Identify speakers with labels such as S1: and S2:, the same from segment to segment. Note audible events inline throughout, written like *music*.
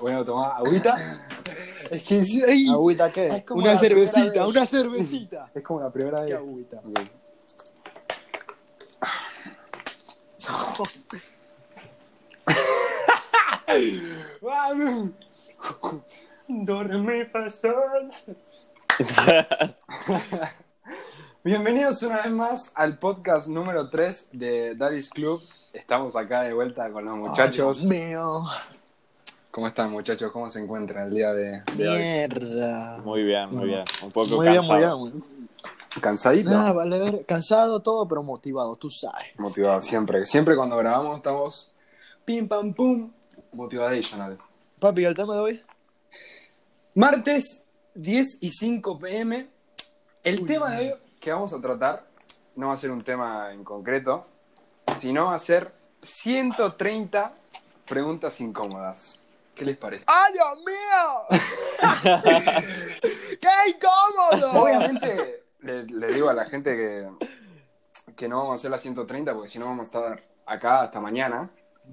S1: Bueno, toma agüita. es que encima- ¡ay!
S2: ¿Agüita qué?
S1: Es como
S2: Una
S1: la
S2: cervecita,
S1: primera
S2: una cervecita. *laughs*
S1: es como la primera
S2: ¿Qué
S1: vez.
S2: agüita?
S1: Ok. ¡Vamos!
S3: Dormí pasón.
S1: *laughs* Bienvenidos una vez más al podcast número 3 de Daddy's Club. Estamos acá de vuelta con los muchachos.
S2: Ay, Dios mío.
S1: ¿Cómo están muchachos? ¿Cómo se encuentran el día de, de hoy?
S2: Mierda.
S3: Muy bien, muy bien. Un poco
S2: Muy bien,
S3: cansado.
S2: muy bien. muy bien.
S1: ¿Cansadito?
S2: Nada, vale ver. Cansado todo, pero motivado, tú sabes.
S1: Motivado siempre. Siempre cuando grabamos estamos pim pam pum. Motivational.
S2: Papi, el tema de hoy.
S1: Martes 10 y 5 pm. El tema de hoy que vamos a tratar no va a ser un tema en concreto, sino va a ser 130 preguntas incómodas. ¿Qué les parece?
S2: ¡Ay, Dios mío!
S3: *laughs*
S2: ¡Qué incómodo!
S1: Obviamente le, le digo a la gente que, que no vamos a hacer las 130 porque si no vamos a estar acá hasta mañana.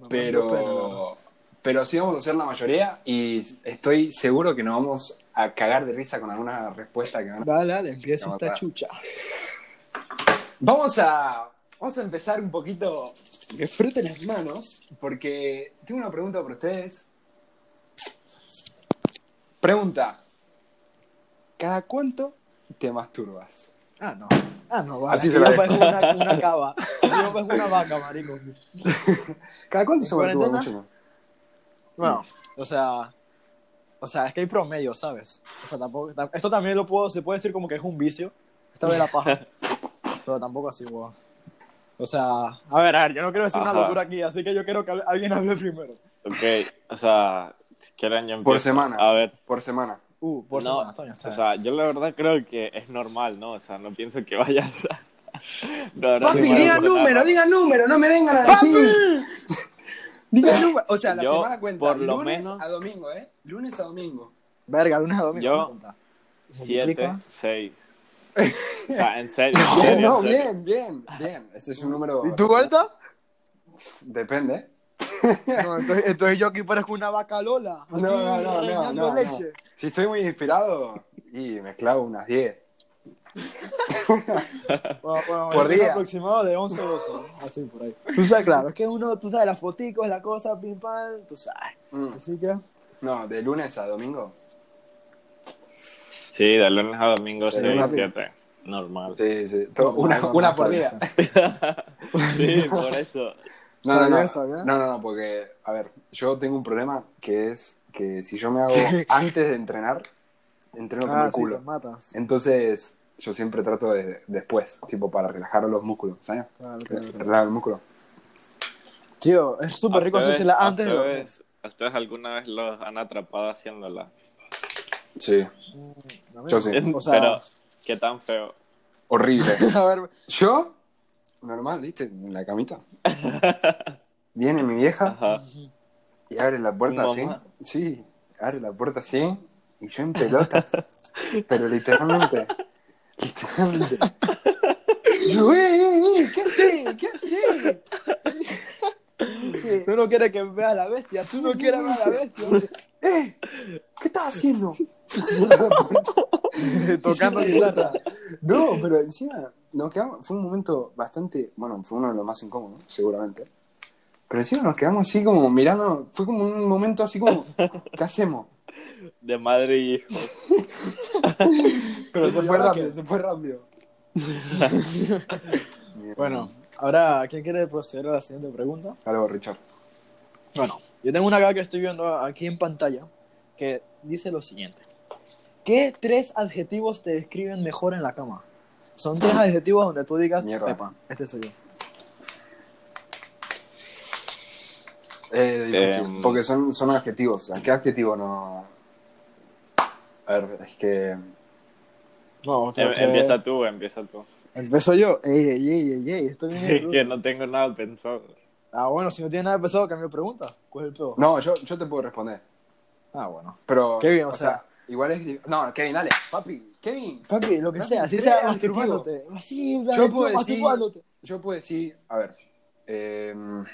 S1: Pero, pero sí vamos a hacer la mayoría y estoy seguro que nos vamos a cagar de risa con alguna respuesta que van a...
S2: Dale, dale, empieza
S1: No,
S2: esta
S1: para.
S2: chucha.
S1: Vamos a, vamos a empezar un poquito. Que froten las manos, porque tengo una pregunta para ustedes. Pregunta: ¿Cada cuánto te masturbas?
S2: Ah, no. Ah, no, vale.
S1: Así
S2: Así
S1: se la
S2: es una, una cava. Yo es una vaca, marico.
S1: *laughs* ¿Cada cuánto
S2: ¿En
S1: se masturba?
S2: cuarentena?
S1: Mucho, ¿no?
S2: Bueno, o sea, o sea, es que hay promedio, ¿sabes? O sea, tampoco, tam- esto también lo puedo, se puede decir como que es un vicio. Esta vez la paja. Pero tampoco así, weón. O sea, a ver, a ver, yo no quiero decir una
S3: Ajá.
S2: locura aquí, así que yo quiero que hable- alguien hable primero.
S3: Ok, o sea, si quieren yo empiezo.
S1: Por semana.
S3: A ver,
S1: Por semana.
S2: Uh, por
S3: No,
S2: semana, Toño.
S3: o sea, yo la verdad creo que es normal, ¿no? O sea, no pienso que vayas a... *laughs* No, no,
S2: Papi,
S3: no,
S2: diga
S3: no, no, no.
S1: diga número, no me vengan a decir. Diga número. O sea, la
S3: Yo,
S1: semana cuenta.
S3: por lo
S1: lunes
S3: menos-
S1: a domingo, ¿eh? Lunes a domingo.
S2: Verga, lunes a domingo.
S3: Yo-
S2: vamos a contar.
S3: Siete,
S2: ¿Multiplica?
S3: seis. O sea, en serio. en
S1: Bien,
S3: serio,
S1: no,
S3: en serio.
S1: bien, bien, bien. Este es un número.
S2: ¿Y tú vuelta?
S1: Depende.
S2: No, entonces, entonces yo aquí parezco una vaca lola.
S1: No, no, no,
S2: aquí
S1: no,
S2: reinando
S1: no, no.
S2: leche.
S1: Si estoy muy inspirado, y me clavo unas 10.
S2: Bueno, bueno,
S1: Por
S2: yo tengo
S1: día.
S2: aproximado de 11 12, así por ahí. Tú sabes, claro, es que uno, tú sabes, las foticos, la cosa, pim pam, tú sabes.
S1: Mm.
S2: Así que,
S1: No, de lunes a domingo.
S3: Sí, de lunes a domingo, seis,
S1: lunes a
S3: siete. Normal.
S1: Sí, sí.
S2: No,
S1: una
S2: no,
S1: una
S2: no,
S1: por
S2: no,
S1: día.
S2: no. *laughs*
S3: Sí, por eso.
S1: No, no, no.
S2: Sabía, sabía.
S1: No, no, no, porque, a ver, yo tengo un problema que es que si yo me *laughs* hago antes de entrenar, entreno con
S2: ah,
S1: el
S2: sí, te
S1: culo.
S2: matas.
S1: Entonces, yo siempre trato de después, tipo para relajar los músculos, ¿sabes?
S2: Claro, claro, claro.
S1: Relajar el músculo.
S2: Tío, es súper rico
S3: ¿A ustedes-
S2: hacérsela
S3: a
S2: antes de dormir.
S3: ustedes- ¿a ¿Ustedes alguna vez los han atrapado haciéndola?
S1: Sí,
S2: No,
S1: yo sí.
S2: O sea-
S3: Pero, ¿qué tan feo?
S1: *laughs* Horrible.
S2: *laughs* A ver,
S1: Yo, normal, ¿viste? En la *laughs* camita. Viene mi vieja.
S3: Ajá.
S1: Y abre la puerta
S3: ¿Tu
S1: así.
S3: mamá?
S1: Sí, abre la puerta así. Y yo en pelotas. pero
S2: *laughs*
S1: literalmente. Literalmente. Yo, "Eh, eh, eh, ¿Qué haces? ¿Qué haces?
S2: tú no quieres que vea a la bestia, tú no quieres ver a la bestia.
S1: ¡Eh! ¿Qué estás
S2: *laughs*
S1: haciendo?
S2: Tocando guitarra.
S1: No, pero encima nos quedamos. Fue un momento bastante. Bueno, fue uno de los más incómodos, seguramente. Pero encima nos quedamos así como mirando. Fue como un momento así como. ¿Qué hacemos?
S3: De madre y hijo.
S1: Pero se
S2: ¿Y
S1: fue
S2: ahora
S1: rápido,
S2: qué?
S1: se fue rápido.
S2: Bueno, ahora, ¿quién quiere proceder a la siguiente pregunta?
S1: Algo, Richard.
S2: Bueno, yo tengo una acá que estoy viendo aquí en pantalla que dice lo siguiente. ¿Qué tres adjetivos te describen mejor en la cama? Son tres adjetivos donde tú digas,
S1: Mierda.
S2: "Epa, este soy yo.
S1: Eh, difícil,
S3: Em.
S1: porque son, son adjetivos. ¿A qué adjetivo no? A ver, es que.
S2: No,
S3: Em-
S1: este
S3: Empieza tú, empieza tú.
S2: Empiezo yo. Ey, ey, ey, ey, ey, estoy bien
S3: *laughs* Es que
S2: bruto.
S3: no tengo nada pensado.
S2: Ah, bueno, si no tiene nada empezado, cambio de pregunta. ¿Cuál es el peor?
S1: No, yo, yo te puedo responder.
S2: Ah, bueno.
S1: Pero.
S2: Kevin, o sea.
S1: igual es. dif- No, Kevin, dale. Papi, Kevin.
S2: Papi, lo que
S1: Papi,
S2: sea, así
S1: tres
S2: sea
S1: adjetivos.
S2: masturbándote. Así,
S1: Yo puedo decir-
S2: masturbándote.
S1: Yo puedo decir. A ver. em,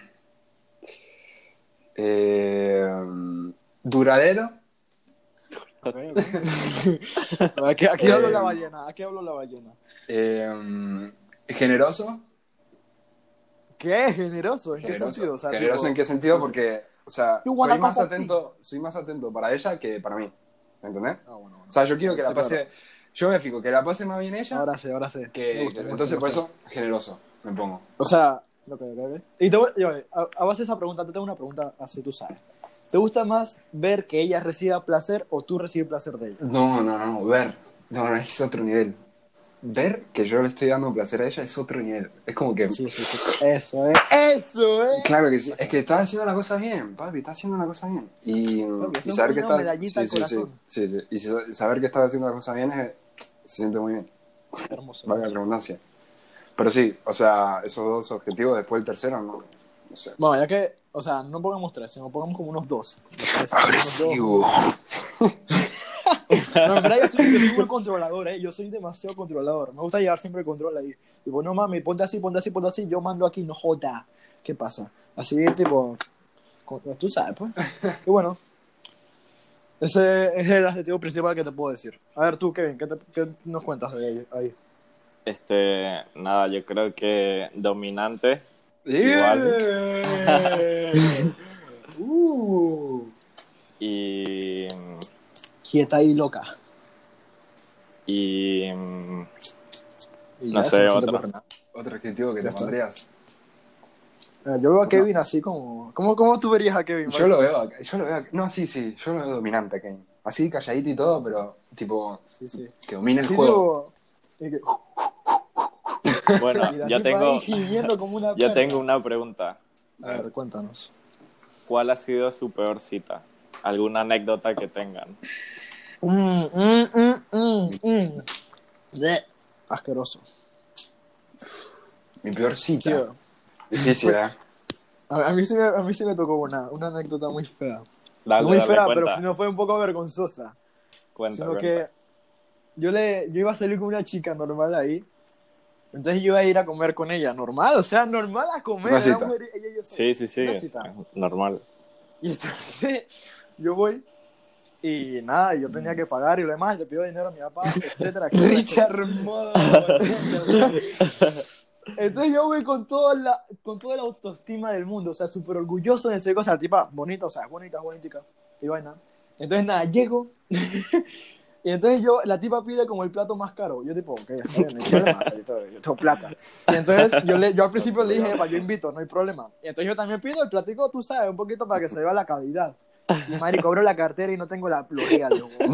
S1: em, duradero.
S2: Ok, ok. *laughs* aquí aquí hablo la ballena, aquí hablo la ballena.
S1: eh, generoso.
S2: ¿Qué? ¿Generoso? ¿En qué sentido? O sea,
S1: generoso
S2: tipo,
S1: en qué sentido? Porque, o sea,
S2: You wanna
S1: soy más,
S2: come with
S1: atento, soy más atento para ella que para mí. ¿Me entendés?
S2: Ah, bueno, bueno.
S1: O sea, yo quiero que la
S2: Sí,
S1: pase. Yo me fijo, que la pase más bien ella.
S2: Ahora sé, ahora sé.
S1: que,
S2: Me gusta, me gusta,
S1: entonces,
S2: me
S1: por
S2: gusta.
S1: eso, generoso, me pongo.
S2: O sea, ok, ok, ok. Y te voy, y, oye, a, a base de esa pregunta, te tengo una pregunta así, tú sabes. ¿Te gusta más ver que ella reciba placer o tú recibes placer de ella?
S1: No, no, no, ver. No, no, es otro nivel. Ver que yo le estoy dando placer a ella es otro nivel. Es como que.
S2: Sí, sí, sí. Eso ¿eh? es. Eso ¿eh? es.
S1: Claro que sí. Es que estás haciendo las cosas bien, papi, estás haciendo las cosas bien. Y,
S2: Papi,
S1: y
S2: eso
S1: saber
S2: es
S1: que
S2: una
S1: estás.
S2: medallita al
S1: sí, sí,
S2: corazón.
S1: sí, sí, sí. Y si- saber que estás haciendo las cosas bien es- se siente muy bien.
S2: Hermoso.
S1: Valga la
S2: hermoso.
S1: redundancia. Pero sí, o sea, esos dos objetivos, después el tercero, no. No sé.
S2: Bueno, ya que, o sea, no pongamos tres, sino pongamos como unos dos.
S1: Agresivo.
S2: No, en verdad yo soy, yo
S1: *laughs*
S2: soy muy controlador, ¿eh? Yo soy demasiado controlador. Me gusta llevar siempre el control ahí. Tipo, no mami, ponte así, ponte así, ponte así. Yo mando aquí, no joda. ¿Qué pasa? Así, tipo, con- tú sabes,
S1: *laughs*
S2: pues. Y bueno, ese es el adjetivo principal que te puedo decir. A ver tú, Kevin, ¿qué, te- qué nos cuentas de ahí? ahí?
S3: Este, nada, yo creo que dominante.
S1: Igual. Eh, uh.
S3: y
S2: Quieta y loca.
S3: y mm,
S2: Y
S3: No
S2: ya,
S3: sé,
S2: eso se te
S3: otra.
S2: ocurre nada.
S1: Otro objetivo que
S2: Ya
S1: te
S2: está.
S1: pondrías.
S2: A ver, yo veo a Kevin así como... ¿Cómo, cómo tú verías a Kevin?
S1: Yo lo veo, acá- yo lo veo. acá- No, sí, sí, yo lo veo dominante, Kane. Así calladito y todo, pero tipo,
S2: Sí, sí.
S1: que domina el
S2: Sí,
S1: juego.
S2: tipo, y que-
S3: bueno,
S2: *laughs* y la
S3: yo
S2: tipa
S3: tengo
S2: ahí gimiendo como una
S3: *laughs* yo
S2: perra.
S3: tengo una pregunta.
S2: A ver, cuéntanos.
S3: ¿Cuál ha sido su peor cita? ¿Alguna anécdota que tengan?
S2: Mm, mm, mm, mm, mm. Bleh. Asqueroso.
S1: Mi peor cita.
S2: Tío,
S1: Difícil, *laughs* ¿eh?
S2: a, a mí sí me, a mí sí me tocó una, una anécdota muy fea.
S3: Dale,
S2: muy
S3: dale,
S2: fea,
S3: cuenta,
S2: pero si no fue un poco vergonzosa.
S3: cuenta,
S2: sino
S3: cuenta.
S2: que yo, le, yo iba a salir con una chica normal ahí. Entonces yo iba a ir a comer con ella, normal, o sea, normal a comer.
S1: Una
S2: era
S1: cita.
S2: mujer, ella y yo solos.
S3: Sí, sí, sí,
S2: Una
S3: es
S2: cita. *laughs*
S3: normal.
S2: Y entonces *laughs* yo voy y nada, yo tenía que pagar y lo demás, le pido dinero a mi papá, etcétera. etcétera.
S1: Modo.
S2: *laughs* Entonces yo voy con toda la, con toda la autoestima del mundo, o sea, súper orgulloso de ser cosa, la tipa bonita, o sea, bonita, bonita, y vaina. Entonces nada, llego, *laughs* y entonces yo, la tipa pide como el plato más caro, yo tipo, ok, está bien, no
S1: *laughs*
S2: hay problema, o sea, yo tengo- yo tengo plata. Y entonces yo, le, yo al principio le dije, "Epa, yo invito, no hay problema. Y entonces yo también pido el platico, tú sabes, un poquito para que se vea la calidad. Y madre, cobro la cartera y no tengo la plurida, loco.
S1: *laughs*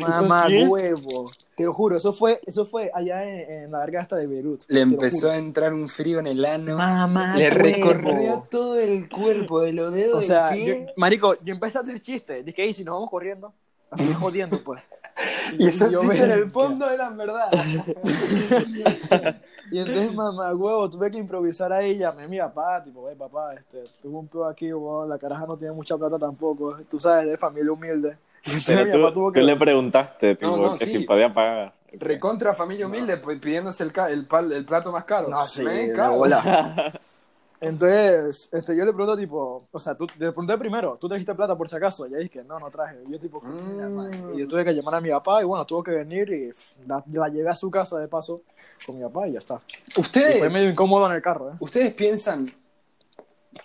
S2: Mamá
S3: ¿Sí?
S2: huevo. Te lo juro, eso fue, eso fue allá en, en la verga hasta de Beirut.
S1: Le
S2: te lo
S1: empezó
S2: juro.
S1: a entrar un frío en el ano.
S2: Mamá
S1: le
S2: huevo.
S1: recorrió todo el cuerpo, de los dedos
S2: O sea,
S1: del pie.
S2: yo- marico, yo empecé a hacer chistes. Dije, "Ey, si nos vamos corriendo, así *laughs* jodiendo, pues.
S1: Y esos
S2: yo
S1: chistes en el
S2: me-
S1: fondo eran verdad.
S2: Y entonces, mamá, huevo, tuve que improvisar ahí. Llamé a mi papá, tipo, "Ey, papá, este, tuve un pedo aquí, huevón, la caraja no tiene mucha plata tampoco. Tú sabes, de familia humilde. Y entonces
S3: Pero
S2: mi
S3: tú,
S2: papá tuvo que-
S3: tú le preguntaste, tipo,
S1: no,
S3: que
S1: sí.
S3: si podía pagar.
S1: Recontra familia humilde pues, pidiéndose el, ca- el, pal- el plato más caro.
S2: No, sí,
S1: Me
S2: de
S1: cago.
S2: Entonces, este, yo le pregunto, tipo, o sea, tú le pregunté primero, ¿tú trajiste plata por si acaso? Y ella dije, no, no traje. Y yo, tipo,
S3: Mm.
S2: "Coño, madre". y yo tuve que llamar a mi papá y bueno, tuvo que venir y pff, la, la llevé a su casa de paso con mi papá y ya está. Y fue
S1: Ustedes,
S2: medio incómodo en el carro, ¿eh?
S1: *laughs* ¿Ustedes piensan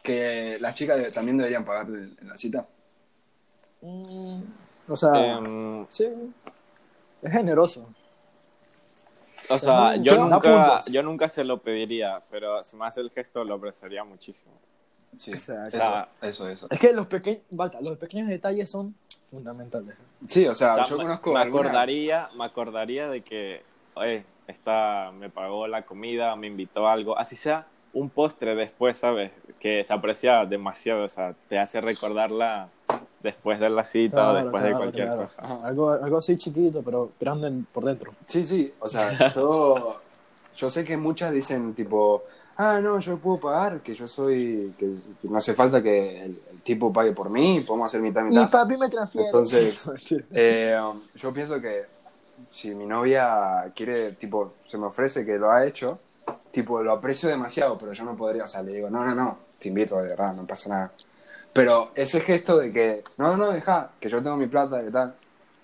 S1: que las chicas de- también deberían pagar el- la cita?
S2: Mm, O sea,
S3: Em,
S2: sí, es generoso.
S3: o sea,
S2: no,
S3: yo
S2: da
S3: nunca,
S2: puntos.
S3: yo nunca se lo pediría, pero si me hace el gesto lo apreciaría muchísimo.
S1: Sí,
S2: Exacto.
S1: eso, eso, eso.
S2: Es que los pequeños, los pequeños detalles son fundamentales.
S1: Sí, o sea,
S3: O sea,
S1: yo
S3: me,
S1: conozco
S3: me
S1: alguna-
S3: acordaría, me acordaría de que, oye, esta me pagó la comida, me invitó a algo, así sea un postre después, ¿sabes? Que se aprecia demasiado, o sea, te hace recordarla después de la cita o
S2: Claro,
S3: después de
S2: claro,
S3: cualquier
S2: claro.
S3: cosa.
S2: Ajá, algo, algo así chiquito, pero grande en- por dentro.
S1: Sí, sí, o sea, yo, yo sé que muchas dicen tipo, ah, no, yo puedo pagar, que yo soy, que, que no hace falta que el, el tipo pague por mí, podemos hacer mitad, mitad.
S2: papi me transfiere. *laughs*
S1: Entonces, Eh, yo pienso que si mi novia quiere, tipo, se me ofrece que lo ha hecho, tipo, lo aprecio demasiado, pero yo no podría, o sea, le digo, no, no, no, te invito, de verdad, no pasa nada. Pero ese gesto de que, no, no, deja, que yo tengo mi plata, que tal,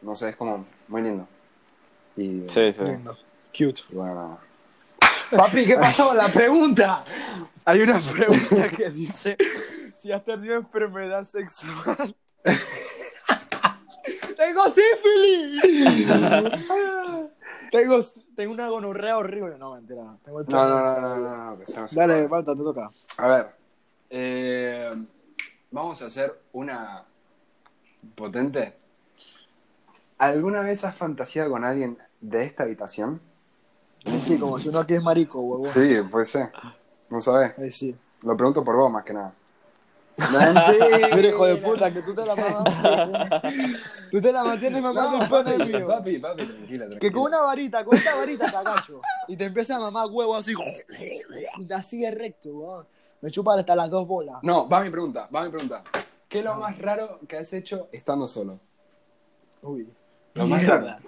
S1: no sé, es como muy lindo. Y,
S3: Sí, sí.
S2: Lindo. Cute.
S1: y bueno, nada.
S2: Papi,
S1: *laughs*
S2: ¿qué pasó? La pregunta. Hay una pregunta que dice si has tenido
S1: *laughs*
S2: enfermedad sexual. tengo sífilis. *laughs* tengo, tengo una gonorrea horrible. No, mentira. Tengo el
S1: No, no, no, no, no, no, que se nos-
S2: Dale, Marta, te toca.
S1: A ver, eh, vamos a hacer una potente. ¿Alguna vez has fantaseado con alguien de esta habitación?
S2: Sí, sí, como si uno aquí es marico, huevón.
S1: Sí, pues sí. No sabes.
S2: Ahí sí.
S1: Lo pregunto por vos más que nada.
S2: Mira, hijo de puta, que
S1: *laughs*
S2: tú te la mamaste. tú te la mantienes *laughs* mamando un pana mío.
S1: papi, papi, tranquila,
S2: Que con una varita, con esta varita te agacho. Y te empieza a mamar huevo así. Así de recto, weón. Me chupan hasta las dos bolas.
S1: No, va mi pregunta, va mi pregunta. ¿Qué es lo más raro que has hecho estando solo?
S2: Uy.
S1: Lo más
S2: Mierda.
S1: raro.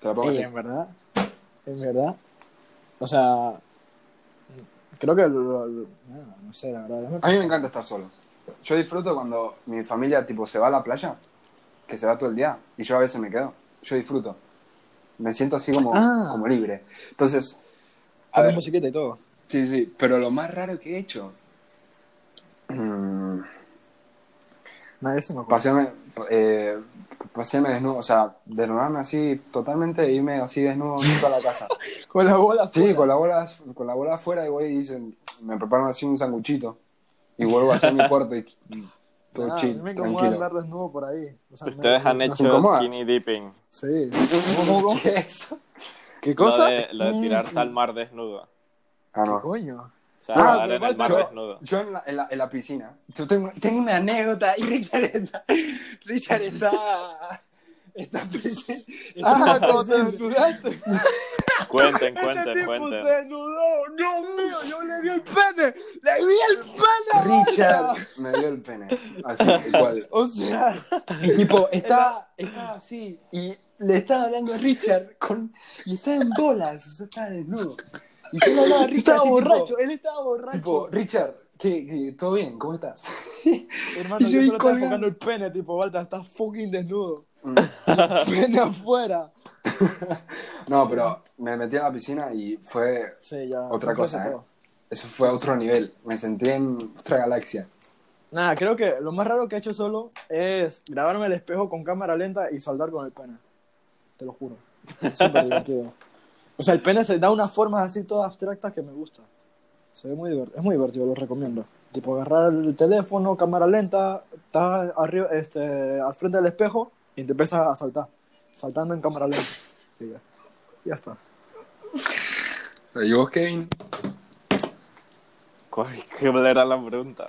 S1: Se la pongo
S2: Ey,
S1: así.
S2: en verdad. En verdad. O sea. Creo que. lo- lo- lo- no, no sé, la verdad. déjame
S1: A mí me encanta estar solo. Yo disfruto cuando mi familia tipo se va a la playa, que se va todo el día, y yo a veces me quedo. Yo disfruto. Me siento así como,
S2: Ah.
S1: como libre. Entonces, a
S2: Con
S1: ver,
S2: musiquita y todo.
S1: sí, sí, pero lo más raro que he hecho. mm,
S2: Nada, eso me acuerdo.
S1: pasearme, eh, pasearme desnudo, o sea, desnudarme así totalmente e irme así desnudo *laughs* junto a la casa.
S2: Con la bola.
S1: Sí, con la bola, con la bola afuera y voy y dicen, me preparo así un sanguchito y vuelvo a hacer mi cuarto y todo
S2: Ah, a mí
S1: chill,
S2: me incomoda
S1: tranquilo.
S2: andar desnudo por ahí. O sea,
S3: Ustedes
S2: me-
S3: han
S2: no-
S1: se
S3: hecho
S1: incomoda.
S3: skinny dipping.
S2: Sí.
S1: ¿Qué es eso?
S2: ¿Qué
S3: Lo
S2: cosa? Mm.
S3: de, lo de tirarse al mar desnudo. O
S1: Ah,
S2: ¿Qué
S1: no.
S2: coño?
S3: sea,
S2: Ah,
S3: nadar
S2: pero
S3: en el mar
S2: Walter, yo-
S3: desnudo.
S1: Yo en la, en la- en la piscina. Yo tengo, tengo una anécdota y Richard está. Richard está. Está presente.
S2: Ah, cuando te desnudaste. *laughs*
S3: Cuenten,
S2: Este
S3: cuenten,
S2: tipo
S3: cuenten.
S2: se desnudó. Dios mío, yo le vi el pene. Le vi el pene.
S1: *laughs* Richard *laughs*
S2: banda.
S1: me dio el pene. Así, igual.
S2: *laughs* O *laughs* sea,
S1: Y tipo, está, está así. Y le estaba hablando a Richard. Con, y está en bolas. O sea, está desnudo. Y yo le hablaba a Richard.
S2: estaba
S1: así, tipo-
S2: borracho. Él estaba borracho.
S1: Tipo, Richard, ¿qué, qué, todo bien? ¿Cómo estás?
S2: Hermano,
S1: y yo
S2: yo solo
S1: ahí
S2: estaba
S1: colgando.
S2: enfocando el pene, tipo, Balta, estás fucking desnudo. *laughs*
S1: Mm.
S2: Pene afuera.
S1: No, pero me metí a la piscina y fue
S2: Sí, ya.
S1: Otra cosa, ¿eh? Eso fue a otro nivel. Me sentí en otra galaxia.
S2: Nada, creo que lo más raro que he hecho solo es grabarme el espejo con cámara lenta y saltar con el pene. Te lo juro. Es súper divertido. O sea, el pene se da unas formas así todas abstractas que me gustan. Se ve muy divertido. Es muy divertido, lo recomiendo. Tipo, agarrar el teléfono, cámara lenta, estás arriba, este, al frente del espejo y te empiezas a saltar. Saltando en cámara lenta. Sí, ya. Ya está.
S1: ¿Y vos, Kevin?
S3: ¿Cuál, ¿Qué era la pregunta?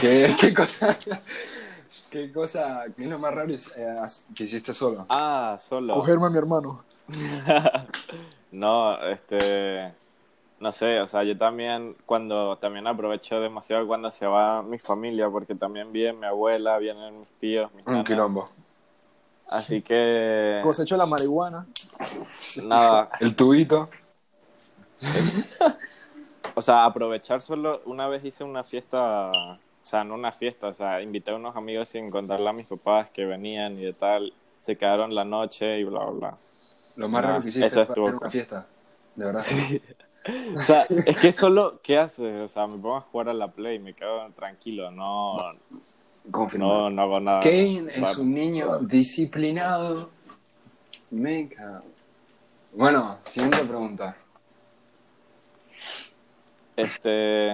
S1: ¿Qué, *laughs* qué cosa? ¿Qué cosa? ¿Qué es lo más raro es, eh, as- que hiciste solo?
S3: Ah, solo.
S2: Cogerme a mi hermano.
S3: No, este. No sé, o sea, yo también cuando también aprovecho demasiado cuando se va mi familia, porque también viene mi abuela, vienen mis tíos, mis
S1: Un
S3: nanas.
S1: quilombo.
S3: Así que
S2: Cosecho la marihuana.
S3: nada,
S1: El tubito.
S3: o sea, aprovechar solo una vez hice una fiesta, o sea, no una fiesta, o sea, invité a unos amigos sin contarle a mis papás que venían y de tal, se quedaron la noche y bla bla.
S1: Lo más
S3: Nah,
S1: raro que hiciste
S3: Ah, eso
S1: fue
S3: estuvo
S1: hacer
S3: cool.
S1: una fiesta. De verdad.
S3: O sea, es que solo, ¿qué haces? O sea, me pongo a jugar a la Play, me quedo tranquilo, no,
S1: Confirmado.
S3: no, no hago nada.
S1: Kevin es
S3: Va-
S1: un niño disciplinado. Me cago. Bueno, siguiente pregunta.
S3: Este,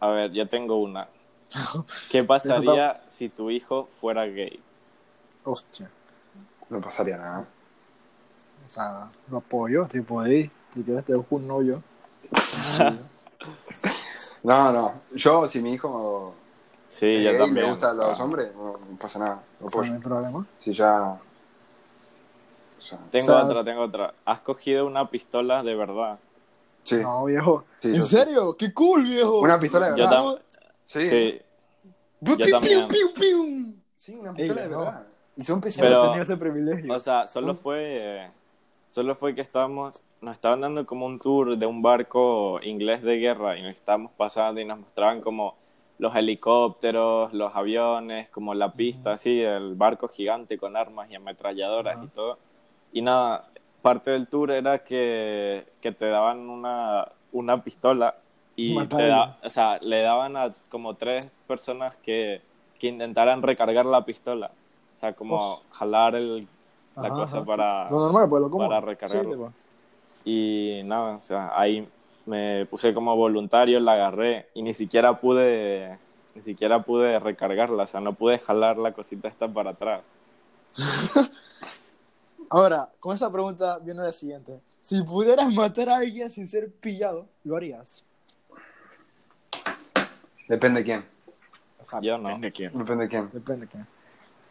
S3: a ver, yo tengo
S2: *laughs*
S3: una. ¿Qué pasaría si tu hijo fuera gay?
S2: Hostia.
S1: No pasaría nada.
S2: O sea, lo apoyo, tipo, ahí, si quieres te busco un novio.
S1: No, no. Yo, si mi hijo
S3: Sí,
S1: eh,
S3: yo también.
S1: le gusta a
S3: o sea,
S1: los hombres, no, no pasa nada. Lo
S2: O sea,
S1: apoyo.
S2: no hay problema.
S1: Si ya. ya-
S3: Tengo
S2: O sea-
S3: otra, tengo otra. Has cogido una pistola de verdad.
S1: Sí.
S2: No, viejo.
S1: Sí,
S2: ¿En
S1: yo sé.
S2: serio? ¡Qué cool, viejo!
S1: Una pistola de
S3: Yo,
S1: verdad.
S3: tam-
S1: Sí.
S3: sí,
S1: Bu-
S3: yo
S1: piu,
S3: también.
S1: piu, piu, piu. Sí, una pistola
S2: Ey,
S1: de
S2: no.
S1: verdad. Y son
S2: Pero...
S1: pesados.
S3: Pero-
S2: No tenía ese privilegio.
S3: o sea, solo fue, solo fue que estábamos, nos estaban dando como un tour de un barco inglés de guerra y nos estábamos pasando y nos mostraban como los helicópteros, los aviones, como la pista, así, el barco gigante con armas y ametralladoras y todo. Y nada, parte del tour era que, que te daban una, una pistola y
S2: Matar
S3: te da-
S2: uno.
S3: o sea, le daban a como tres personas que, que intentaran recargar la pistola. O sea, como
S2: Os.
S3: jalar el, la
S2: Ajá,
S3: cosa
S2: ajá.
S3: para...
S2: Lo normal, pues lo común.
S3: para recargarlo.
S2: Sí, pues.
S3: Y nada, o sea, ahí me puse como voluntario, la agarré y ni siquiera pude, ni siquiera pude recargarla, o sea, no pude jalar la cosita esta para atrás.
S2: Ahora, con esa pregunta viene la siguiente. Si pudieras matar a alguien sin ser pillado, ¿lo harías?
S1: Depende de quién.
S2: Ah,
S3: Yo no.
S1: Depende de quién.
S2: Depende que.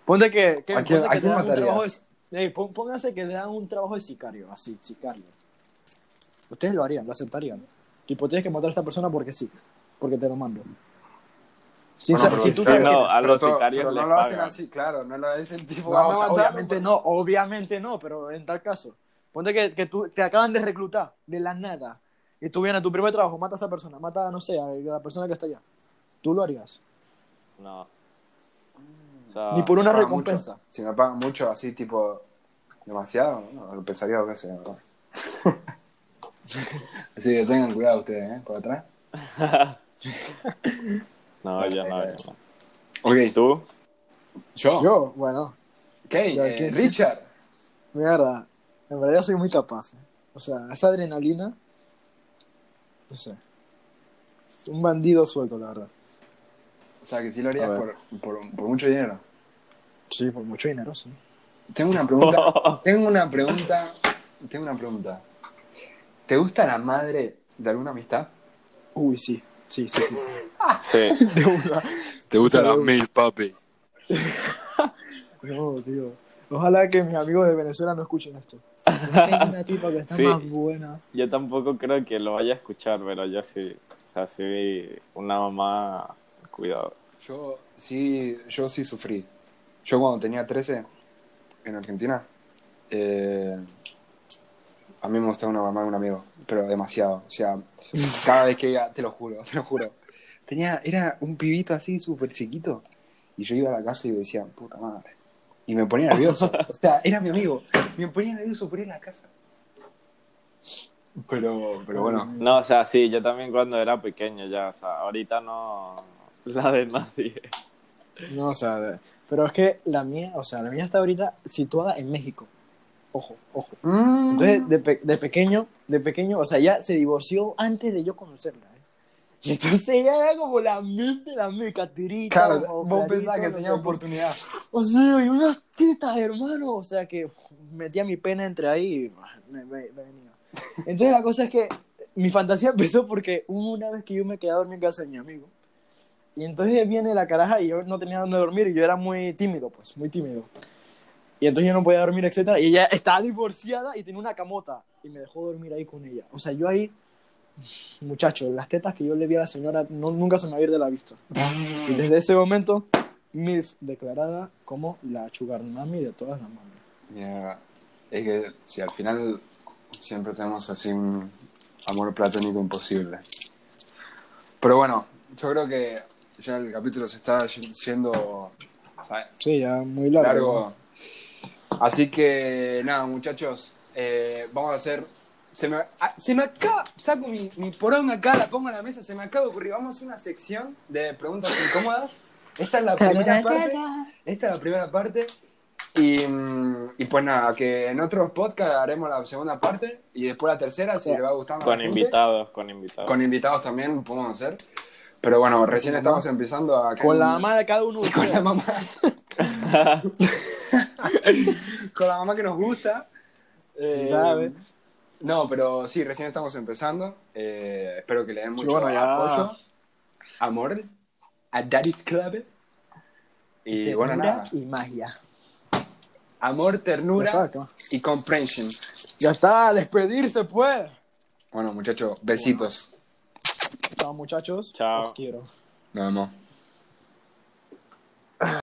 S2: Ponte que, que,
S1: ¿A quién-
S2: ponte
S1: a
S2: que te
S1: quién
S2: dan un
S1: matarías?
S2: trabajo de, Ey, pon- póngase que le dan un trabajo de sicario, así, sicario. Ustedes lo harían, lo aceptarían. Tipo, tienes que matar a esta persona porque sí, porque te lo mando. Sin
S1: Bueno,
S2: sa-
S1: pero ah,
S2: si tú
S1: sí,
S2: sabes
S3: no,
S2: quién *laughs*
S3: a
S1: Pero
S3: los
S1: todo-
S3: sicarios
S1: pero
S3: les
S1: no lo hacen
S3: pagan.
S1: así, claro. No lo es el tipo.
S2: No,
S1: vamos
S2: o sea,
S1: a matarlo,
S2: obviamente no, obviamente no, pero en tal caso, ponte que, que tú te acaban de reclutar de la nada y tú vienes a tu primer trabajo, mata a esa persona, mata, no sé, a la persona que está allá. Tú lo harías,
S3: No. O
S1: Ah,
S3: sea,
S2: ni por una
S1: pagan
S2: recompensa.
S1: mucho. Si me pagan mucho, así tipo, demasiado, no, lo pensaría dos veces, la verdad. *laughs* así que tengan cuidado ustedes, ¿eh? Por atrás.
S3: no, yo no.
S1: Eh,
S3: yo no.
S1: Ok,
S3: ¿Y tú?
S1: yo.
S2: Yo, bueno,
S1: Ok,
S2: Yo
S1: eh,
S2: aquí.
S1: Richard.
S2: mierda, en verdad yo soy muy capaz. eh. O sea, esa adrenalina, no sé, es un bandido suelto, la verdad.
S1: O sea, que sí lo
S2: A
S1: harías
S2: ver.
S1: por, por, por mucho dinero.
S2: Sí, por mucho dinero, sí.
S1: Tengo una pregunta. tengo una pregunta. Tengo una pregunta. ¿Te gusta la madre de alguna amistad?
S2: Uy, sí, sí, sí, sí.
S3: Sí.
S2: De una.
S1: ¿Te
S2: gusta la
S1: mil, papi?
S2: No, tío. Ojalá que mis amigos de Venezuela no escuchen esto. Hay una tipa que está
S3: Sí.
S2: más buena.
S3: Yo tampoco creo que lo vaya a escuchar, pero yo sí. O sea, sí vi una mamá. Cuidado.
S1: Yo sí, yo sí sufrí. Yo cuando tenía 13 en Argentina, eh, a mí me gustaba una mamá de un amigo, pero demasiado. O
S2: *laughs*
S1: sea, cada vez que iba, te lo juro, te lo juro. Tenía, era un pibito así súper chiquito. Y yo iba a la casa y decía, puta madre. Y me ponía
S2: *laughs*
S1: nervioso. O sea, era mi amigo. Me ponía nervioso por ir a la casa. Pero, pero bueno.
S3: No, o sea, sí, yo también cuando era pequeño ya, o sea, ahorita no *laughs* la de nadie.
S2: No, o sea, de- pero es que la mía, o sea, la mía está ahorita situada en México. Ojo, ojo. Entonces, de, pe- de pequeño, de pequeño, o sea, ya se divorció antes de yo conocerla. ¿eh? Y entonces ella era como la mil de la mil, catirita.
S1: claro,
S2: o- o
S1: vos
S2: clarito,
S1: pensabas que
S2: no
S1: tenía
S2: sé qué.
S1: oportunidad.
S2: O sea, y unas titas, hermano. O sea, que uf, metía mi pena entre ahí y ah, me, me- me venía. Entonces, la cosa es que mi fantasía *laughs* empezó porque hubo una vez que yo me quedé a dormir en casa de mi amigo. Y entonces viene la caraja y yo no tenía dónde dormir y yo era muy tímido, pues, muy tímido. Y entonces yo no podía dormir, etcétera. Y ella estaba divorciada y tenía una camota y me dejó dormir ahí con ella. O sea, yo ahí, muchacho, las tetas que yo le vi a la señora no- nunca se me va a ir de la vista. Y desde ese momento, MILF declarada como la sugar mami de todas las mamis.
S1: Mira, es que si al final siempre tenemos así un amor platónico imposible. Pero bueno, yo creo que ya el capítulo se está y- siendo ¿sabes?
S2: Sí, ya muy largo.
S1: largo. Así que nada, muchachos, eh, vamos a hacer... Se me, ah, se me acaba, saco mi, mi poronga acá, la pongo en la mesa, se me acaba de ocurrir. Vamos a hacer una sección de preguntas incómodas. Esta es la primera parte. Esta es la primera parte. Y, mm, y pues nada, que en otros podcasts haremos la segunda parte y después la tercera, si
S2: Sí.
S1: le va gustando. a la
S3: Con
S1: gente.
S3: invitados, con invitados.
S1: Con invitados también podemos hacer. Pero bueno, recién
S2: Con
S1: estamos empezando a.
S2: Con la mamá de cada uno. de
S1: Mm. *laughs* Con
S2: ustedes.
S1: la
S2: *laughs*
S1: mamá. Con la mamá que nos gusta. Eh,
S2: ¿Sabe?
S1: No, pero sí, recién estamos empezando. Eh, espero que le den mucho
S2: bueno, ya-
S1: apoyo, amor a Daddy's Club. Y
S2: Ternura
S1: bueno, nada.
S2: Y magia.
S1: Amor,
S2: Ya está,
S1: ternura
S2: ¿qué más?
S1: y comprensión.
S2: Ya está, despedirse pues.
S1: Bueno, muchachos, besitos.
S2: Chao muchachos.
S3: Chao.
S2: Los quiero.
S1: Nos vemos.